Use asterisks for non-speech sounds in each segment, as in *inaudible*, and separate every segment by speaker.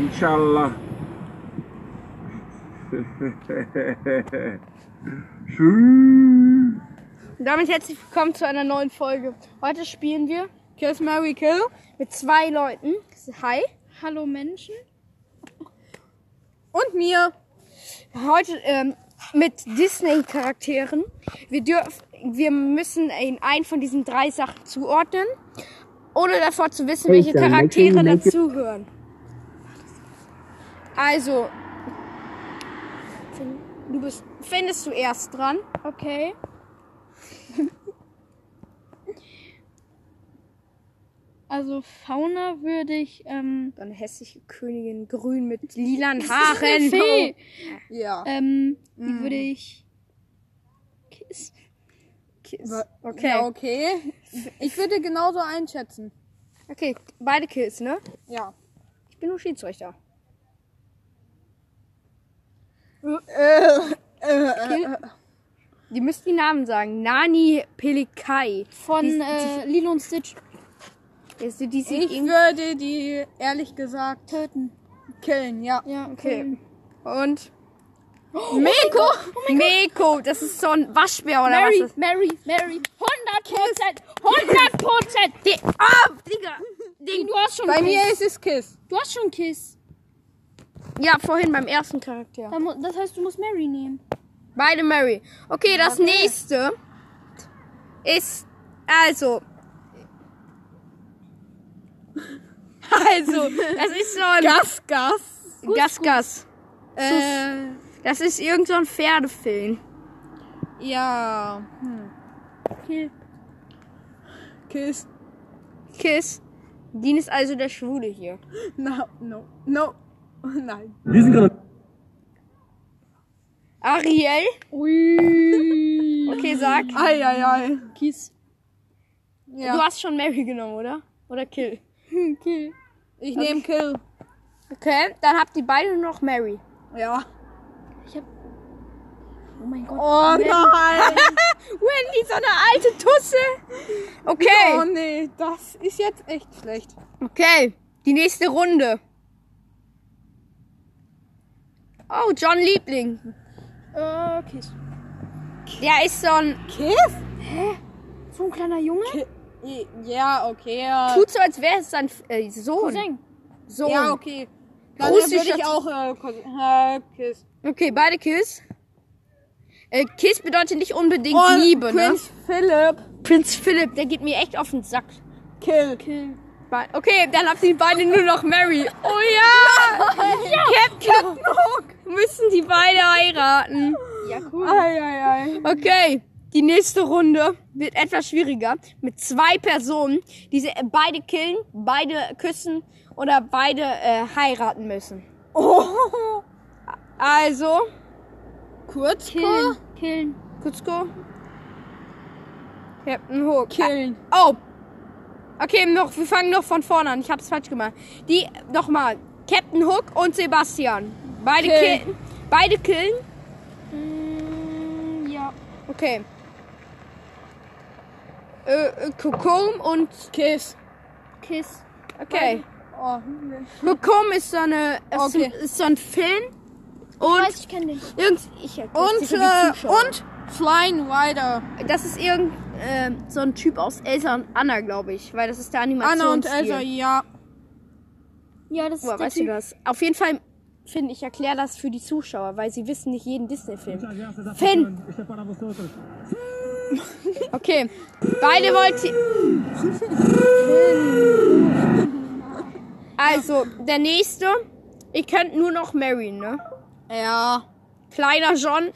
Speaker 1: İnşallah. Tschüss.
Speaker 2: Damit herzlich willkommen zu einer neuen Folge. Heute spielen wir Kiss Mary Kill mit zwei Leuten. Hi.
Speaker 3: Hallo Menschen.
Speaker 2: Und mir. Heute ähm, mit Disney-Charakteren. Wir dürfen, wir müssen in einen von diesen drei Sachen zuordnen, ohne davor zu wissen, welche Charaktere dazugehören. Also, du bist, findest du erst dran.
Speaker 3: Okay. also Fauna würde ich. Ähm,
Speaker 2: Dann hässliche Königin, grün mit lilan
Speaker 3: das ist eine
Speaker 2: Haaren.
Speaker 3: Fee.
Speaker 2: Ja.
Speaker 3: Ähm, die würde ich. Kiss.
Speaker 2: Kiss. Okay.
Speaker 4: Ja, okay. Ich würde genauso einschätzen.
Speaker 2: Okay, beide Kills, ne?
Speaker 4: Ja.
Speaker 2: Ich bin nur Schiedsrichter. Kill. Die müssten die Namen sagen. Nani Pelikai.
Speaker 3: Von
Speaker 2: Die- die-
Speaker 3: äh, Lilo und Stitch
Speaker 2: Ist die, die sieht
Speaker 4: Ich
Speaker 2: irgendwie-
Speaker 4: würde die, ehrlich gesagt,
Speaker 3: töten.
Speaker 4: killen, ja.
Speaker 3: Ja,
Speaker 2: Okay.
Speaker 3: okay.
Speaker 2: Und.
Speaker 3: Oh
Speaker 2: Meko! Meko! Das ist so ein Waschbär oder
Speaker 3: Mary,
Speaker 2: was? Ist.
Speaker 3: Mary, Mary. 100 Prozent. 100 Prozent. Ah, Digga. Ding, du hast schon
Speaker 4: Bei
Speaker 3: Kiss.
Speaker 4: mir ist es Kiss.
Speaker 3: du hast schon Kiss.
Speaker 2: Ja, vorhin beim ersten Charakter.
Speaker 3: Da mu- Das heißt, du musst Mary nehmen.
Speaker 2: Beide Mary. Okay, das nächste ist. Also. Also, das ist so ein.
Speaker 4: Gas, Gas.
Speaker 2: Gas, Gas. Äh, das ist irgend so ein Pferdefilm.
Speaker 4: Ja.
Speaker 3: Kill.
Speaker 4: Kiss. *laughs*
Speaker 2: Kiss. Dean ist also der Schwule hier.
Speaker 4: No, no, no. *laughs* Nein.
Speaker 2: Ariel.
Speaker 3: Ui.
Speaker 2: Okay, sag.
Speaker 4: Ei, ei, ei.
Speaker 3: *laughs* Kiss.
Speaker 4: Ja.
Speaker 2: Du hast schon Mary genommen, oder? Oder Kill.
Speaker 3: Kill.
Speaker 4: ich nehme Kill.
Speaker 2: Okay, dann habt ihr beide nur noch Mary.
Speaker 4: Ja.
Speaker 3: Oh mein Gott.
Speaker 4: Oh nein.
Speaker 2: Wendy, so eine alte Tusse.
Speaker 4: Oh
Speaker 2: Okay,
Speaker 4: nee, das ist jetzt echt schlecht.
Speaker 2: okay. Die nächste Runde. Oh, John Liebling.
Speaker 3: Äh, Kiss.
Speaker 2: Der ist so ein...
Speaker 4: Kiss?
Speaker 3: So ein kleiner Junge?
Speaker 4: Ja, okay. Ja,
Speaker 2: Tut so, als wäre es sein äh, Sohn.
Speaker 3: Cousin.
Speaker 2: Sohn.
Speaker 4: ja okay. Dann
Speaker 2: Russischer
Speaker 4: würde ich auch äh, Kos- äh, Kiss.
Speaker 2: Okay, beide Kiss. Äh, Kiss bedeutet nicht unbedingt
Speaker 4: Und
Speaker 2: Liebe, ne?
Speaker 4: Prinz Philipp.
Speaker 2: Prinz Philipp, der geht mir echt auf den Sack.
Speaker 4: Kill.
Speaker 3: Kill.
Speaker 2: Be- Okay, dann habt ihr beide nur noch Mary. Oh *laughs* ja! Captain Hook! Müssen die beide heiraten.
Speaker 3: Ja, cool.
Speaker 4: Ei, ei, ei.
Speaker 2: Okay, die nächste Runde wird etwas schwieriger. Mit zwei Personen, die sie, äh, beide killen, beide küssen oder beide äh, heiraten müssen.
Speaker 4: Oh.
Speaker 2: Also,
Speaker 4: Kurz
Speaker 3: Killen. Killen.
Speaker 2: Kutzko. Captain Hook.
Speaker 4: Killen.
Speaker 2: Oh. Okay, noch, wir fangen noch von vorne an. Ich hab's falsch gemacht. Die, nochmal. Captain Hook und Sebastian. Beide
Speaker 4: Killen.
Speaker 2: killen. Beide killen.
Speaker 3: Mm, ja.
Speaker 2: Okay. Äh, äh, Kokum und.
Speaker 4: Kiss.
Speaker 3: Kiss.
Speaker 2: Okay.
Speaker 4: Oh.
Speaker 2: Kokum ist so eine. Ist,
Speaker 4: Okay.
Speaker 2: ist so ein Film.
Speaker 3: Ich
Speaker 2: Und.
Speaker 3: weiß, ich kenne den.
Speaker 2: Irgend, ich
Speaker 4: Und, äh, und Flying Rider.
Speaker 2: und? Das ist irgend. Äh, so ein Typ aus Elsa und Anna, glaube ich. Weil das ist der Animationsstil.
Speaker 4: Anna und Elsa, ja.
Speaker 3: Ja, das ist
Speaker 2: Boah,
Speaker 3: der
Speaker 2: weißt du
Speaker 3: Typ.
Speaker 2: das? Auf jeden Fall finde ich, erkläre das für die Zuschauer, weil sie wissen nicht jeden Disney-Film. Finn! *laughs* Okay, beide wollt ihr. Also, der nächste. Ihr könnt nur noch Mary, ne?
Speaker 4: Ja.
Speaker 2: Kleiner John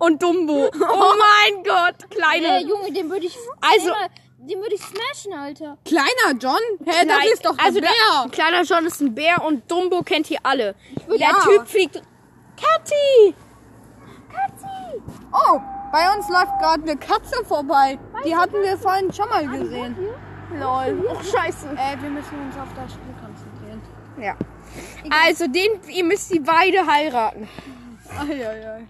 Speaker 2: und
Speaker 4: *laughs*
Speaker 2: Dumbo. Oh mein Gott,
Speaker 3: Der
Speaker 2: kleiner.
Speaker 3: Äh, Junge, den würde ich.
Speaker 2: Äh, Also-
Speaker 3: den, den würde ich smashen, Alter.
Speaker 4: Kleiner John? Hä,
Speaker 2: Klein-
Speaker 4: das ist doch
Speaker 2: also
Speaker 4: der Bär.
Speaker 2: Kleiner John ist ein Bär und Dumbo kennt ihr alle.
Speaker 4: Ja.
Speaker 2: Der Typ fliegt. Kathi!
Speaker 4: Oh, bei uns läuft gerade eine Katze vorbei. Die hatten wir vorhin schon mal gesehen.
Speaker 2: Lol. Oh, scheiße.
Speaker 4: Ey, Äh, wir müssen uns auf das Spiel konzentrieren.
Speaker 2: Ja. Also, den, ihr müsst die beide heiraten.
Speaker 4: Ei, ei, ei.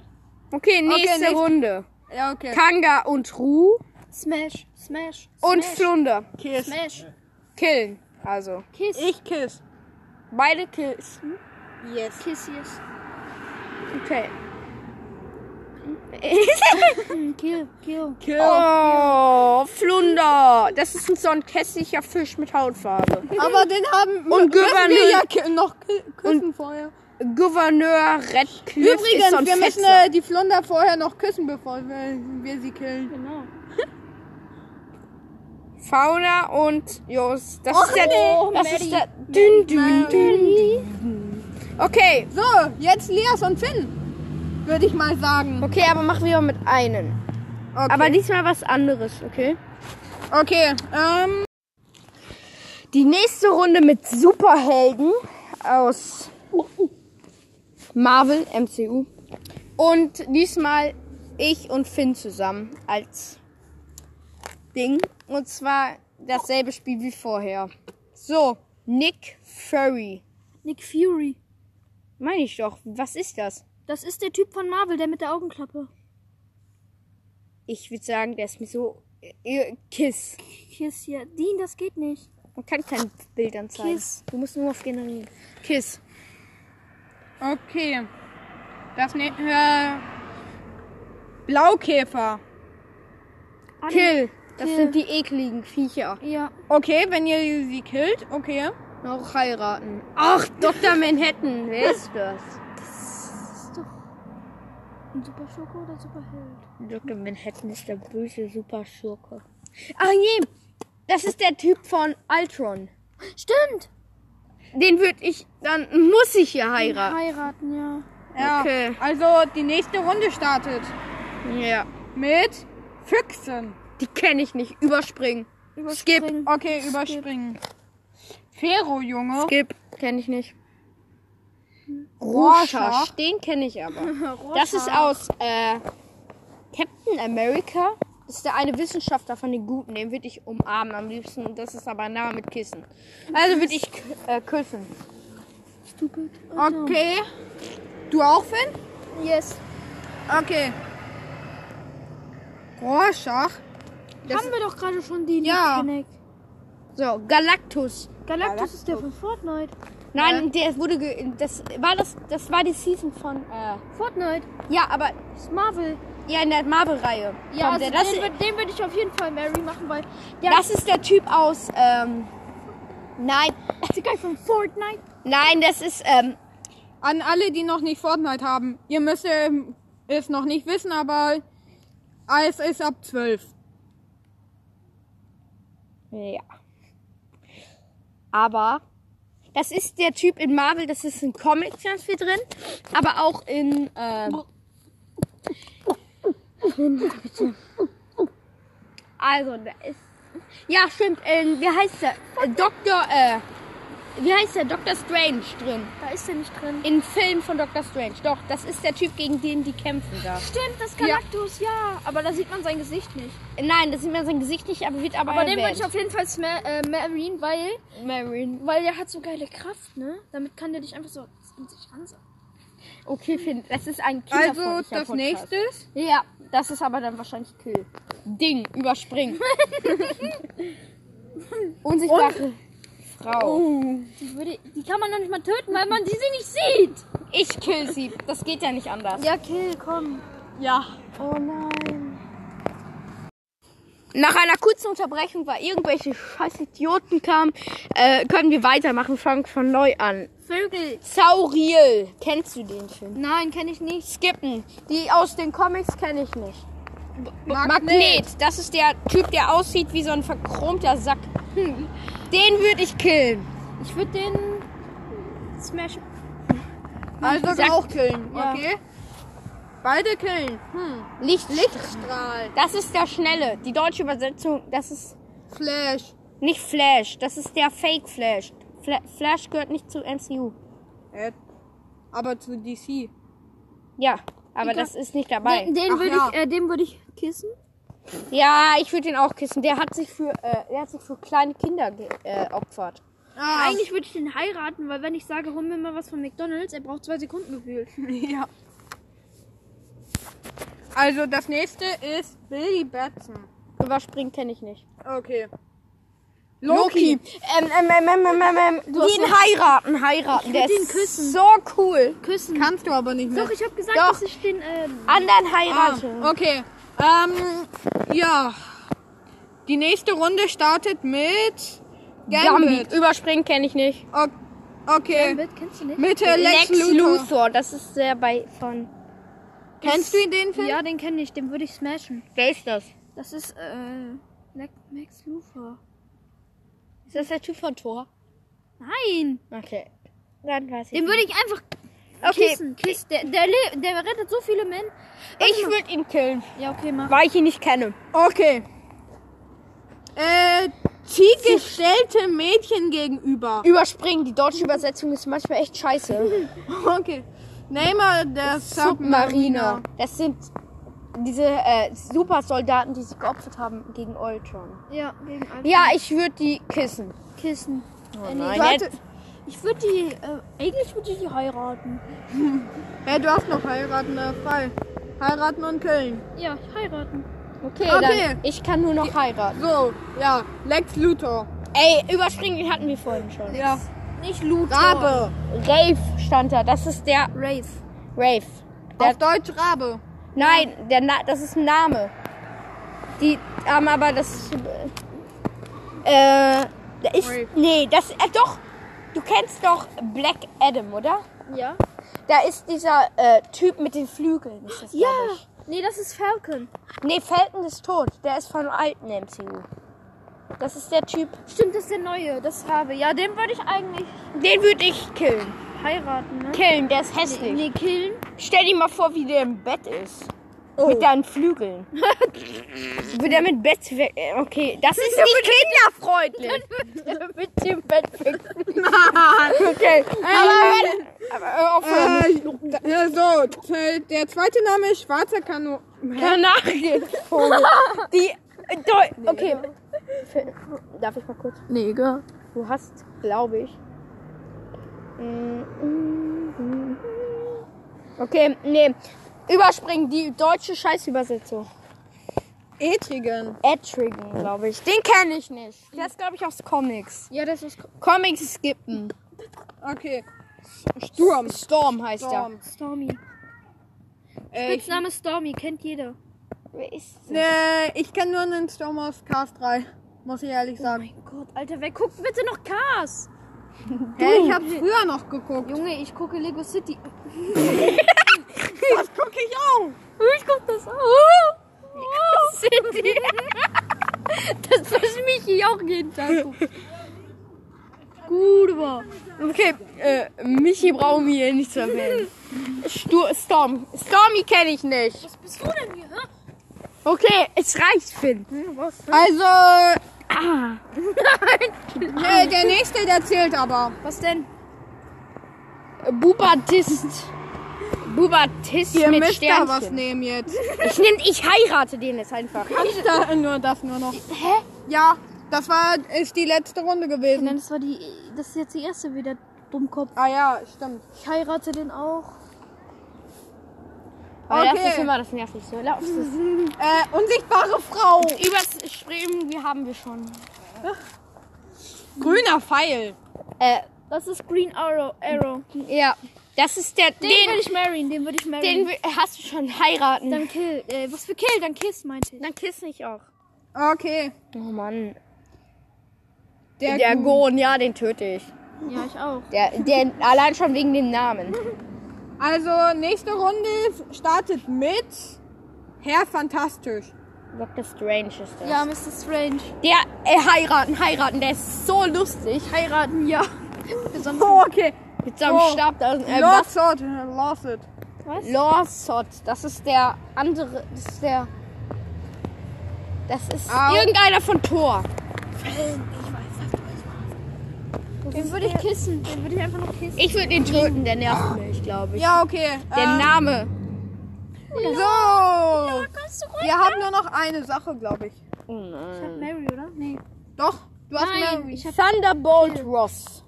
Speaker 2: Okay, nächste
Speaker 4: nächste.
Speaker 2: Runde.
Speaker 4: Ja, okay.
Speaker 2: Kanga und Ru
Speaker 3: Smash, smash.
Speaker 2: und
Speaker 3: smash,
Speaker 2: Flunder.
Speaker 4: Kiss.
Speaker 3: Smash.
Speaker 2: Killen. Also,
Speaker 3: Kiss.
Speaker 4: Ich kiss.
Speaker 2: Beide Kills.
Speaker 4: Yes.
Speaker 3: Kiss, yes.
Speaker 2: Okay.
Speaker 3: Kill, kill.
Speaker 4: Kill.
Speaker 2: Oh, Flunder. Das ist so ein kästlicher Fisch mit Hautfarbe.
Speaker 4: Aber den haben
Speaker 2: Und
Speaker 4: müssen wir
Speaker 2: Gouverneur-
Speaker 4: ja ki- noch ki- küssen vorher.
Speaker 2: Gouverneur Redcliffe ist
Speaker 4: Übrigens,
Speaker 2: so ein
Speaker 4: wir müssen
Speaker 2: Fetzer.
Speaker 4: äh, die Flunder vorher noch küssen, bevor wir, wir sie killen.
Speaker 3: Genau.
Speaker 2: Fauna und Jos. Das
Speaker 4: Och,
Speaker 2: ist der,
Speaker 4: nee.
Speaker 2: das
Speaker 4: Maddie.
Speaker 2: ist der dünn, dünn,
Speaker 4: Maddie.
Speaker 2: dünn. Okay,
Speaker 4: So, jetzt Lias und Finn, würde ich mal sagen.
Speaker 2: okay, aber mach wieder mit einem.
Speaker 4: Okay.
Speaker 2: Aber diesmal was anderes, okay?
Speaker 4: okay, ähm,
Speaker 2: Die nächste Runde mit Superhelden aus Marvel, MCU. Und diesmal ich und Finn zusammen als Ding. Und zwar dasselbe Spiel wie vorher. So, Nick Fury.
Speaker 3: Nick Fury.
Speaker 2: Meine ich doch. Was ist das?
Speaker 3: Das ist der Typ von Marvel, der mit der Augenklappe.
Speaker 2: Ich würde sagen, der ist mir so. äh, Kiss.
Speaker 3: Kiss, ja. Dean, das geht nicht.
Speaker 2: Man kann kein Bild anzeigen.
Speaker 3: Kiss.
Speaker 2: Du musst nur auf generieren. Kiss.
Speaker 4: okay. Das ne äh, Blaukäfer.
Speaker 3: An-
Speaker 2: Kill. Das
Speaker 3: Kill.
Speaker 2: sind die ekligen Viecher.
Speaker 3: Ja.
Speaker 4: Okay, wenn ihr sie killt, okay.
Speaker 2: Noch heiraten. Ach, Dr. Manhattan. Wer ist das?
Speaker 3: Das ist doch ein Super Schoko oder Superheld.
Speaker 2: Dr. Manhattan ist der böse Superschurke. Ach je. Das ist der Typ von Ultron.
Speaker 3: Stimmt.
Speaker 2: Den würde ich. Dann muss ich hier heiraten.
Speaker 3: Heiraten, ja.
Speaker 4: Ja,
Speaker 2: Okay.
Speaker 4: also die nächste Runde startet
Speaker 2: Ja.
Speaker 4: mit Füchsen.
Speaker 2: Die kenne ich nicht. Überspringen.
Speaker 3: Überspringen.
Speaker 4: Okay, überspringen. Fero-Junge.
Speaker 2: Skip. Kenne ich nicht.
Speaker 4: Rorschach.
Speaker 2: Rorschach. Den kenne ich aber.
Speaker 3: *laughs*
Speaker 2: Das ist aus äh, Captain America. Das ist der eine Wissenschaftler von den Guten. Den würde ich umarmen am liebsten. Das ist aber ein Name mit Kissen. Also würde ich äh, küssen.
Speaker 3: Stupid.
Speaker 4: Okay. Du auch, Finn?
Speaker 3: Yes.
Speaker 4: Okay. Rorschach.
Speaker 3: Haben wir doch gerade schon den
Speaker 4: Ja.
Speaker 3: Kinect.
Speaker 2: So, Galactus.
Speaker 3: Galactus ist der von Fortnite.
Speaker 2: Nein, der wurde ge das war das das war die Season von äh,
Speaker 3: Fortnite
Speaker 2: ja, aber
Speaker 3: ist Marvel.
Speaker 2: ja in der Marvel Reihe.
Speaker 3: Ja,
Speaker 2: kommt der.
Speaker 3: also
Speaker 2: das,
Speaker 3: den, würd- den würde ich auf jeden Fall Mary machen, weil der
Speaker 2: das ist der Typ aus ähm, Nein,
Speaker 3: ist der Guy von Fortnite.
Speaker 2: nein, das ist ähm,
Speaker 4: An alle, die noch nicht Fortnite haben. Ihr müsst ähm, es noch nicht wissen, aber es ist ab 12.
Speaker 2: Ja. Aber das ist der Typ in Marvel, das ist in Comics ganz viel drin, aber auch in ähm, Also, da ist Ja, stimmt, in wie heißt der? Äh, Dr. äh wie heißt der Dr. Strange drin?
Speaker 3: Da ist er nicht drin.
Speaker 2: In Film von Dr. Strange. Doch, das ist der Typ, gegen den die kämpfen da.
Speaker 3: Stimmt, das Galactus, ja. Aber da sieht man sein Gesicht nicht.
Speaker 2: Nein, das sieht man sein Gesicht nicht, aber wird aber
Speaker 3: Aber den würde
Speaker 2: erwähnt.
Speaker 3: ich auf jeden Fall sma- äh, Marine, weil,
Speaker 2: Marine.
Speaker 3: weil der hat so geile Kraft, ne? Damit kann der dich einfach so an sich ansagen.
Speaker 2: Okay, Finn, das ist ein
Speaker 4: Also
Speaker 2: kinderfreundlicher
Speaker 4: das
Speaker 2: Podcast.
Speaker 4: nächste ist.
Speaker 2: Ja, das ist aber dann wahrscheinlich Kill. Ding, *laughs* überspringen. Unsichtbare Frau.
Speaker 3: Die, würde, die kann man noch nicht mal töten, weil man sie nicht sieht.
Speaker 2: Ich kill sie. Das geht ja nicht anders.
Speaker 3: Ja, Kill, komm.
Speaker 4: Ja.
Speaker 3: Oh nein.
Speaker 2: Nach einer kurzen Unterbrechung, weil irgendwelche scheiß Idioten kamen, äh, können wir weitermachen. Fangen von neu an.
Speaker 3: Vögel.
Speaker 2: Sauriel. Kennst du den Film?
Speaker 3: Nein, kenne ich nicht.
Speaker 2: Skippen. Die aus den Comics kenne ich nicht.
Speaker 4: Magnet.
Speaker 2: Magnet. Das ist der Typ, der aussieht wie so ein verchromter Sack. Den würde ich killen.
Speaker 3: Hm. Ich würde den Smash.
Speaker 4: Also
Speaker 2: Sag-
Speaker 4: auch killen.
Speaker 2: Ja.
Speaker 4: Okay. Beide killen.
Speaker 2: Licht.
Speaker 4: Lichtstrahl.
Speaker 2: Das ist der Schnelle. Die deutsche Übersetzung, das ist
Speaker 4: Flash.
Speaker 2: nicht Flash. Das ist der Fake Flash. Fla Flash gehört nicht zu MCU.
Speaker 4: Äh, aber zu DC.
Speaker 2: Ja, aber das ist nicht dabei.
Speaker 3: Den, den
Speaker 4: Ach
Speaker 3: würde
Speaker 4: ja.
Speaker 3: ich, äh, den würde ich kissen.
Speaker 2: Ja, ich würde ihn auch küssen. Der hat sich für, äh, der hat sich für kleine Kinder äh, geopfert.
Speaker 4: Ah,
Speaker 3: Eigentlich würde ich den heiraten, weil wenn ich sage, hol mir mal was von McDonalds, er braucht zwei Sekunden gefühlt.
Speaker 4: *laughs* ja. Also das nächste ist Billy Batson.
Speaker 2: Überspringen kenne ich nicht.
Speaker 4: Okay. Loki.
Speaker 2: Ähm, ähm, ähm, ähm, ähm, ähm, ähm,
Speaker 3: hast
Speaker 2: ihn heiraten, heiraten. Der
Speaker 3: ihn
Speaker 2: ist
Speaker 3: küssen.
Speaker 2: so cool.
Speaker 3: Küssen.
Speaker 4: Kannst du aber nicht mehr.
Speaker 3: Doch, ich hab gesagt,
Speaker 2: Doch.
Speaker 3: dass ich den, ähm,
Speaker 2: Anderen
Speaker 4: Ah,
Speaker 2: heiraten.
Speaker 4: okay. Ähm, ja. Die nächste Runde startet mit Gambit.
Speaker 2: Gambit. Überspringen kenne ich nicht.
Speaker 4: O- Okay.
Speaker 3: Gambit, kennst du nicht?
Speaker 4: Mit äh, Lex, Luthor.
Speaker 2: das ist der bei von.
Speaker 4: Kennst du ihn, den Film?
Speaker 3: Ja, den kenne ich, den würde ich smashen.
Speaker 2: Wer ist das?
Speaker 3: Das ist, äh, Lex- Max Luthor.
Speaker 2: Ist das der Typ von Thor?
Speaker 3: Nein,
Speaker 2: Okay. Dann weiß ich.
Speaker 3: den würde ich einfach
Speaker 2: Okay.
Speaker 3: kissen. Kiss. Der, der, le- der rettet so viele Männer.
Speaker 2: Ich würde ihn killen,
Speaker 3: Ja, okay, mach.
Speaker 2: weil ich ihn nicht kenne.
Speaker 4: Okay. Äh, ziegestellte Mädchen gegenüber. *laughs*
Speaker 2: Überspringen. Die deutsche Übersetzung ist manchmal echt scheiße.
Speaker 4: Okay. Neymar der Submariner.
Speaker 2: Das sind diese äh, Supersoldaten, die sich geopfert haben gegen Ultron.
Speaker 3: Ja, gegen Alpha.
Speaker 2: Ja, ich würde die kissen.
Speaker 3: Kissen. Äh,
Speaker 2: Oh
Speaker 3: nee,
Speaker 2: nein,
Speaker 4: Warte,
Speaker 2: jetzt-
Speaker 3: Ich würde die, äh, eigentlich würde ich die heiraten.
Speaker 4: hey, du hast noch heiraten äh, frei. Heiraten und killen.
Speaker 3: Ja, ich heiraten.
Speaker 2: Okay,
Speaker 4: Okay.
Speaker 2: Dann, ich kann nur noch heiraten.
Speaker 4: So, ja, Lex Luthor.
Speaker 2: Ey, überspringen den hatten wir vorhin schon.
Speaker 4: Ja.
Speaker 3: Nicht Luthor.
Speaker 4: Rabe.
Speaker 2: Rafe stand da. Das ist der
Speaker 3: Rafe.
Speaker 2: Rafe. Der
Speaker 4: Auf Deutsch Rabe.
Speaker 2: Nein, der Na das ist ein Name. Die haben aber das. Äh. da Ist,
Speaker 4: Wait.
Speaker 2: nee, das. Äh, doch! Du kennst doch Black Adam, oder?
Speaker 3: Ja?
Speaker 2: Da ist dieser äh, Typ mit den Flügeln. Ist das, glaub
Speaker 3: Ja.
Speaker 2: Ich.
Speaker 3: Nee, das ist Falcon.
Speaker 2: Nee, Falcon ist tot. Der ist von alten MCU. Das ist der Typ.
Speaker 3: Stimmt, das ist der neue, das Rabe. Ja, den würde ich eigentlich
Speaker 2: Den würde ich killen.
Speaker 3: heiraten, ne?
Speaker 2: Killen, der ist hässlich.
Speaker 3: Nee, *laughs* killen.
Speaker 2: Stell dir mal vor, wie der im Bett ist. Mit deinen Flügeln. Oh. *laughs* Wird er mit Bett weg. äh, Okay, das ist nicht kinderfreundlich. *laughs* mit dem Bett weg. okay. Aber, aber auf
Speaker 4: Äh, ja, so, t- der zweite Name ist Schwarzer Kanu.
Speaker 2: Kanarienvogel. *laughs* Die. äh, Deu okay. Darf ich mal kurz?
Speaker 4: Neger.
Speaker 2: Du hast, glaube ich. Okay, nee. Überspringen, die deutsche Scheißübersetzung.
Speaker 4: Etrigen.
Speaker 2: Etrigan, glaube ich. Den kenne ich nicht. Das ist, glaube ich, aus Comics.
Speaker 3: Ja, das ist
Speaker 2: Comics skippen.
Speaker 4: Okay. Sturm.
Speaker 2: Storm heißt
Speaker 4: Storm.
Speaker 3: Stormy.
Speaker 4: Äh, ich
Speaker 3: Spitzname Stormy, kennt jeder.
Speaker 2: er. Wer ist das?
Speaker 4: nee, ich kenne nur einen Sturm aus Cars 3. Muss ich ehrlich sagen.
Speaker 3: Mein Gott, Alter, wer guckt bitte noch Cars?
Speaker 4: Hey, ich habe früher noch geguckt.
Speaker 3: Junge, ich gucke Lego City.
Speaker 4: Das gucke ich auch.
Speaker 3: Ich guck das auch. *laughs* City. Das muss Michi auch jeden Tag gucken. Gut war.
Speaker 2: Okay, äh, Michi brauchen wir hier nicht zu erwähnen. Stu Storm. Stormy kenne ich nicht.
Speaker 3: Was bist du denn hier? hä?
Speaker 2: Okay, es reicht, Finn.
Speaker 4: Also. *laughs* Ah. Hey, der nächste, der zählt aber.
Speaker 3: Was denn?
Speaker 2: Bubatist. Bubatist
Speaker 4: Ihr
Speaker 2: mit
Speaker 4: müsst da was
Speaker 2: Sternchen.
Speaker 4: nehmen jetzt.
Speaker 2: Ich, nehm, ich heirate den jetzt einfach.
Speaker 4: Ich da nur das nur noch. Hä? Ja, das war ist die letzte Runde
Speaker 3: *laughs*
Speaker 4: gewesen.
Speaker 3: Nein, das war die. Das ist jetzt die erste wieder. Dummkopf.
Speaker 4: Ah ja, stimmt.
Speaker 3: Ich heirate den auch.
Speaker 2: Aber
Speaker 4: Okay.
Speaker 2: das ist immer das Nervigste. Laufst es.
Speaker 4: Äh, unsichtbare Frau.
Speaker 2: Überspringen, wir haben wir schon.
Speaker 4: Grüner Pfeil.
Speaker 2: Äh,
Speaker 3: Das ist Green Arrow. Arrow. Den,
Speaker 2: ja. Das ist der.
Speaker 3: würde ich marryen, den würde ich marryen.
Speaker 2: Den wi- hast du schon heiraten.
Speaker 3: dann kill. Äh, was für kill? Dann kiss, meinte ich.
Speaker 2: dann kiss ich auch.
Speaker 4: Okay.
Speaker 2: Oh Mann.
Speaker 4: Der,
Speaker 2: der
Speaker 4: Gu-
Speaker 2: Gon, ja, den töte ich.
Speaker 3: Ja, ich auch.
Speaker 2: Der, der allein schon wegen dem Namen.
Speaker 4: Also nächste Runde startet mit
Speaker 2: *laughs*
Speaker 4: Herr Fantastisch.
Speaker 2: Dr. Strange ist das.
Speaker 3: Ja, Mr. Strange.
Speaker 2: Der äh, heiraten, heiraten, der ist so lustig.
Speaker 3: Heiraten, ja.
Speaker 4: Oh, okay.
Speaker 2: Mit seinem
Speaker 4: Oh.
Speaker 2: Stab da ist äh,
Speaker 4: Lord
Speaker 2: was?
Speaker 4: Sword. Lost it.
Speaker 3: Was?
Speaker 2: Lorsot. Das ist der andere. Das ist der. Das ist
Speaker 4: Au.
Speaker 2: irgendeiner von Thor.
Speaker 3: Den würde ich kissen. Den würde ich einfach nur kissen.
Speaker 2: Ich würde den töten, der nervt mich, glaube ich.
Speaker 4: Ja, okay.
Speaker 2: Der
Speaker 4: ähm,
Speaker 2: Name.
Speaker 4: So.
Speaker 3: Kannst du
Speaker 4: Wir haben nur noch eine Sache, glaube ich.
Speaker 2: Oh nein.
Speaker 3: Ich hab Mary, oder? Nee.
Speaker 4: Doch, du hast
Speaker 3: Nein,
Speaker 4: Mary.
Speaker 3: ich hab.
Speaker 2: Thunderbolt Ross.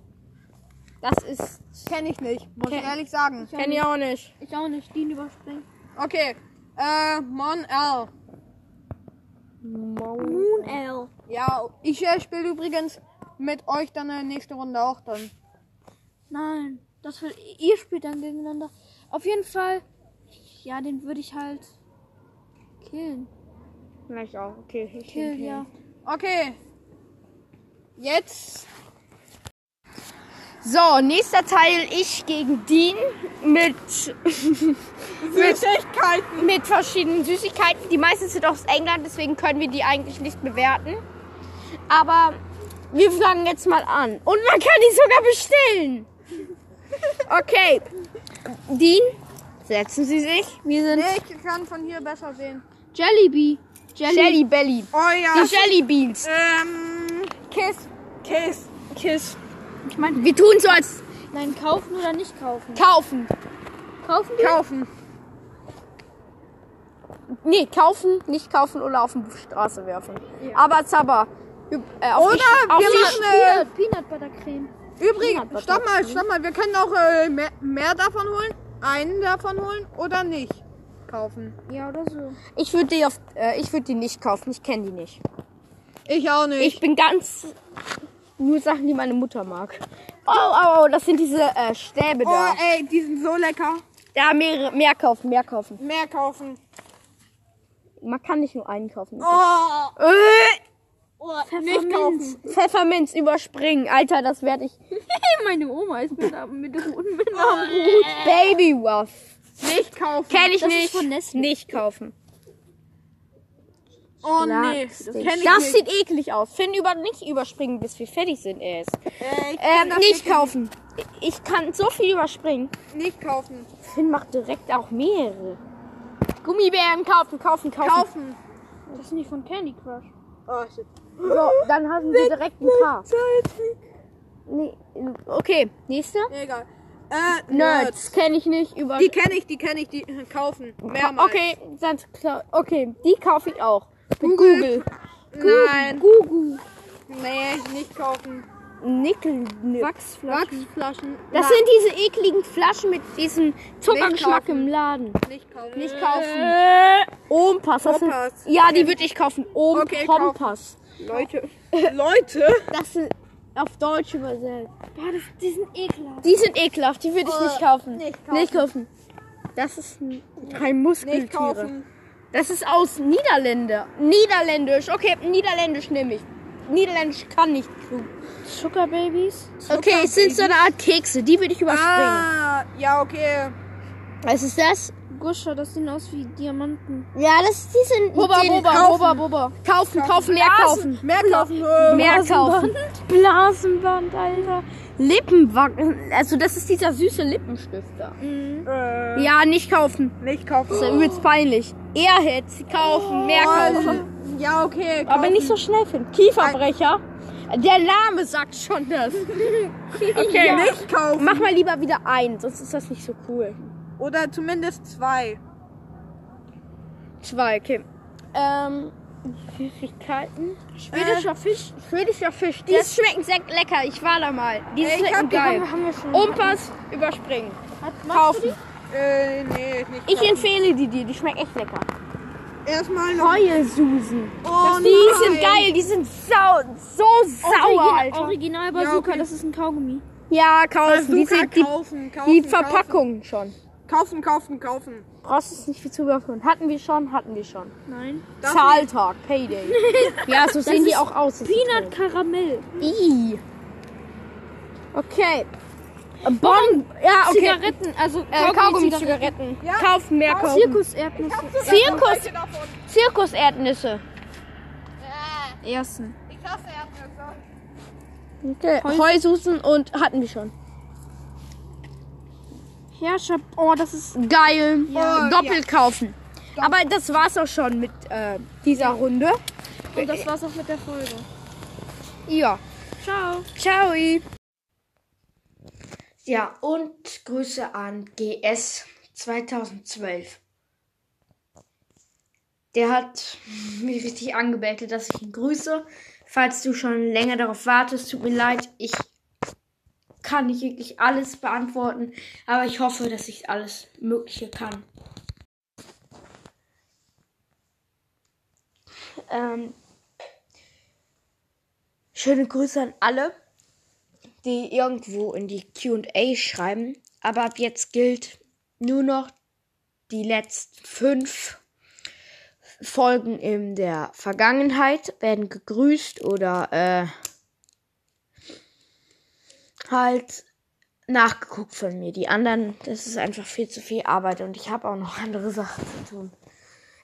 Speaker 2: Das ist.
Speaker 4: Kenne ich nicht, muss ich
Speaker 2: Kenn-
Speaker 4: ehrlich sagen.
Speaker 2: Kenn ich auch nicht.
Speaker 3: Ich auch nicht. Den überspringen.
Speaker 4: Okay. Äh, Mon L.
Speaker 3: Moon L.
Speaker 4: Ja, ich äh, spiele übrigens mit euch dann äh, nächste Runde auch dann.
Speaker 3: Nein, das will ihr spielt dann gegeneinander. Auf jeden Fall, ja, den würde ich halt killen.
Speaker 2: Na, ich auch. Okay, ich
Speaker 3: Kill, ja.
Speaker 4: Okay. Jetzt.
Speaker 2: So, nächster Teil, ich gegen Dean mit,
Speaker 4: Süßigkeiten.
Speaker 2: mit verschiedenen Süßigkeiten. Die meisten sind aus England, deswegen können wir die eigentlich nicht bewerten. Aber wir fangen jetzt mal an. Und man kann die sogar bestellen. Okay. Dean, setzen Sie sich. Wir sind
Speaker 4: Ich kann von hier besser sehen.
Speaker 3: Jellybee. Jelly.
Speaker 2: Jelly Belly.
Speaker 4: Oh ja.
Speaker 2: Die Jelly Beans.
Speaker 4: Ähm, Kiss. Kiss.
Speaker 2: Kiss.
Speaker 3: Ich meine,
Speaker 2: Wir tun so als
Speaker 3: nein, kaufen oder nicht kaufen?
Speaker 2: kaufen.
Speaker 3: Kaufen wir?
Speaker 4: Kaufen.
Speaker 2: Nee, kaufen, nicht kaufen oder auf die Straße werfen. Aber Zabba. Äh, auf
Speaker 4: Oder
Speaker 2: die, auf
Speaker 4: wir
Speaker 2: die
Speaker 4: machen, äh,
Speaker 3: Peanut, Peanut Butter Creme.
Speaker 4: Übrigens, stopp mal, stopp mal. Wir können auch äh, mehr, mehr davon holen, einen davon holen oder nicht kaufen.
Speaker 3: Ja, oder so.
Speaker 2: Ich würde die, auf, äh, ich würd die nicht kaufen, ich kenne die nicht.
Speaker 4: Ich auch nicht.
Speaker 2: Ich bin ganz nur Sachen, die meine Mutter mag. Oh, oh, oh das sind diese äh, Stäbe
Speaker 4: oh,
Speaker 2: da.
Speaker 4: ey, die sind so lecker.
Speaker 2: Ja, mehrere, mehr kaufen, mehr kaufen.
Speaker 4: Mehr kaufen.
Speaker 2: Man kann nicht nur einen kaufen.
Speaker 4: Oh,
Speaker 2: Äh,
Speaker 4: nicht kaufen.
Speaker 2: Pfefferminz überspringen. Alter, das werde ich.
Speaker 3: Meine Oma ist mit, *laughs* mit dem Hund mit
Speaker 2: Baby Ruff.
Speaker 4: Nicht kaufen.
Speaker 2: Kenne ich
Speaker 3: Das ist
Speaker 2: nicht.
Speaker 3: von Nestle.
Speaker 2: Nicht kaufen.
Speaker 4: oh nee, das
Speaker 2: Stick.
Speaker 4: kenne ich
Speaker 2: das
Speaker 4: nicht.
Speaker 2: sieht eklig aus. Finn über nicht überspringen, bis wir fertig sind erst.
Speaker 4: Äh, ich kann
Speaker 2: Ähm,
Speaker 4: das
Speaker 2: nicht kaufen. Ich kann so viel überspringen.
Speaker 4: nicht kaufen.
Speaker 2: Finn macht direkt auch mehrere. Gummibären kaufen, kaufen, kaufen.
Speaker 4: Kaufen.
Speaker 3: Oh, Das ist nicht von Candy Crush.
Speaker 4: Oh, shit.
Speaker 2: So, dann haben wir direkt ein paar. Nee, okay, nächste.
Speaker 4: Egal. Äh,
Speaker 2: Nerds
Speaker 4: Nerds.
Speaker 2: kenne ich nicht über.
Speaker 4: Die kenne ich, die kenne ich, die kaufen. Mehrmals.
Speaker 2: okay, dann, klar- okay, die kaufe ich auch.
Speaker 4: Google. Nein.
Speaker 2: Gugu.
Speaker 4: Nee, nicht kaufen.
Speaker 2: Nickel.
Speaker 3: Wachsflasche.
Speaker 4: Wachsflaschen.
Speaker 2: Das
Speaker 4: Nein,
Speaker 2: sind diese ekligen Flaschen mit diesem Zuckergeschmack
Speaker 4: kaufen.
Speaker 2: im Laden.
Speaker 4: nicht kaufen.
Speaker 2: Nicht kaufen. Ompass. das sind-
Speaker 4: Opas.
Speaker 2: Ja, die würde ich kaufen. Om
Speaker 4: Okay, kaufen.
Speaker 2: Kompass.
Speaker 4: Leute. Leute?
Speaker 2: Das sind auf Deutsch übersetzt.
Speaker 3: Boah, das, die sind ekelhaft.
Speaker 2: Die sind ekelhaft, die würde ich
Speaker 4: Äh,
Speaker 2: nicht kaufen.
Speaker 4: nicht kaufen.
Speaker 2: Nicht kaufen. Das ist ein- kein Muskeltiere.
Speaker 4: Nicht kaufen.
Speaker 2: Das ist aus Niederländer. Niederländisch. Okay, Niederländisch nehme ich. Niederländisch kann nicht klug.
Speaker 3: Sugar Babies.
Speaker 2: Okay, es sind so eine Art Kekse, die würde ich überspringen.
Speaker 4: Ah, ja, okay.
Speaker 2: Was ist das?
Speaker 3: Guscher, das sehen aus wie Diamanten.
Speaker 2: Ja, das ist diese.
Speaker 3: Boba,
Speaker 2: den-
Speaker 3: Boba,
Speaker 2: kaufen.
Speaker 3: Boba, Boba.
Speaker 2: Kaufen, kaufen, mehr kaufen.
Speaker 4: Mehr kaufen. Äh,
Speaker 2: Mehr kaufen.
Speaker 3: Blasenband, Alter.
Speaker 2: Lippenwacken. Also, das ist dieser süße Lippenstifter.
Speaker 4: Äh,
Speaker 2: Ja, Oh. nicht kaufen.
Speaker 4: nicht
Speaker 2: Das ist
Speaker 4: kaufen.
Speaker 2: ja übelst peinlich. Airheads, kaufen, mehr Oh. kaufen.
Speaker 4: Ja, okay. Kaufen.
Speaker 2: Aber nicht so schnell finden. Kieferbrecher. Der Name sagt schon *laughs* das. Okay. ne?
Speaker 4: Nicht kaufen.
Speaker 2: Mach mal lieber wieder ein, sonst ist das nicht so cool.
Speaker 4: Oder zumindest zwei.
Speaker 2: Zwei, okay. Ähm, Süßigkeiten.
Speaker 3: Schwedischer Fisch.
Speaker 2: Schwedischer Fisch. Die schmecken sehr lecker. Ich war da mal. Äh, Die
Speaker 4: Ey, ich
Speaker 2: schmecken
Speaker 4: hab die-
Speaker 2: geil.
Speaker 3: Haben wir schon.
Speaker 2: Umpas überspringen.
Speaker 3: Hat, machst du
Speaker 2: Kaufen.
Speaker 3: die?
Speaker 4: Äh, nee, nicht
Speaker 2: Ich
Speaker 4: kaufen.
Speaker 2: empfehle die dir. Die schmecken echt lecker.
Speaker 4: Erstmal noch.
Speaker 2: Heuelsusen.
Speaker 4: Oh,
Speaker 2: Die
Speaker 4: nein.
Speaker 2: sind geil. Die sind sau, so sauer,
Speaker 3: Original,
Speaker 2: Alter.
Speaker 3: Original Bazooka,
Speaker 4: Ja, okay.
Speaker 3: das ist ein Kaugummi.
Speaker 2: Ja, Also kaufen. Die,
Speaker 4: Bazooka
Speaker 2: sind die,
Speaker 4: kaufen, kaufen,
Speaker 2: die
Speaker 4: kaufen.
Speaker 2: Verpackung schon.
Speaker 4: Kaufen, kaufen, kaufen.
Speaker 2: Brauchst es nicht viel zu überführen. Hatten wir schon, hatten wir schon.
Speaker 3: Nein.
Speaker 4: Das-
Speaker 2: Zahltag, *laughs* Payday. ja, so sehen die
Speaker 3: ist
Speaker 2: auch aus. das
Speaker 3: Peanut
Speaker 2: ist
Speaker 3: Karamell.
Speaker 2: toll. Ih. Okay. Bon. Ja, okay.
Speaker 3: Äh, Zigaretten, also
Speaker 2: Äh,
Speaker 3: Kaugummi-Zigaretten.
Speaker 2: Kaugummi-Zigaretten.
Speaker 4: Ja.
Speaker 2: Kaufen, mehr kaufen.
Speaker 3: Zirkus-Erdnüsse.
Speaker 2: Zirkus,
Speaker 4: Welche davon?
Speaker 2: Zirkuserdnüsse.
Speaker 3: Ersten.
Speaker 4: Ich hasse Erdnüsse.
Speaker 2: Okay. Heususen und hatten wir schon.
Speaker 3: Herrscher. Oh, das ist.
Speaker 2: Geil.
Speaker 4: Ja.
Speaker 2: Doppelt kaufen. Aber das war's auch schon mit äh, dieser Runde.
Speaker 3: Und das war's auch mit der Folge.
Speaker 2: Ja.
Speaker 3: Ciao.
Speaker 2: Ciao.
Speaker 5: Ja, und Grüße an GS 2012. Der hat *laughs* mich richtig angebettelt, dass ich ihn grüße. Falls du schon länger darauf wartest, tut mir leid, ich kann nicht wirklich alles beantworten, aber ich hoffe, dass ich alles Mögliche kann. Ähm, schöne Grüße an alle, die irgendwo in die QA schreiben. Aber ab jetzt gilt nur noch die letzten fünf Folgen in der Vergangenheit werden gegrüßt oder äh, halt nachgeguckt von mir. Die anderen, das ist einfach viel zu viel Arbeit und ich habe auch noch andere Sachen zu tun.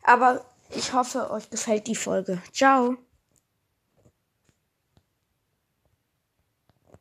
Speaker 5: Aber ich hoffe, euch gefällt die Folge. Ciao.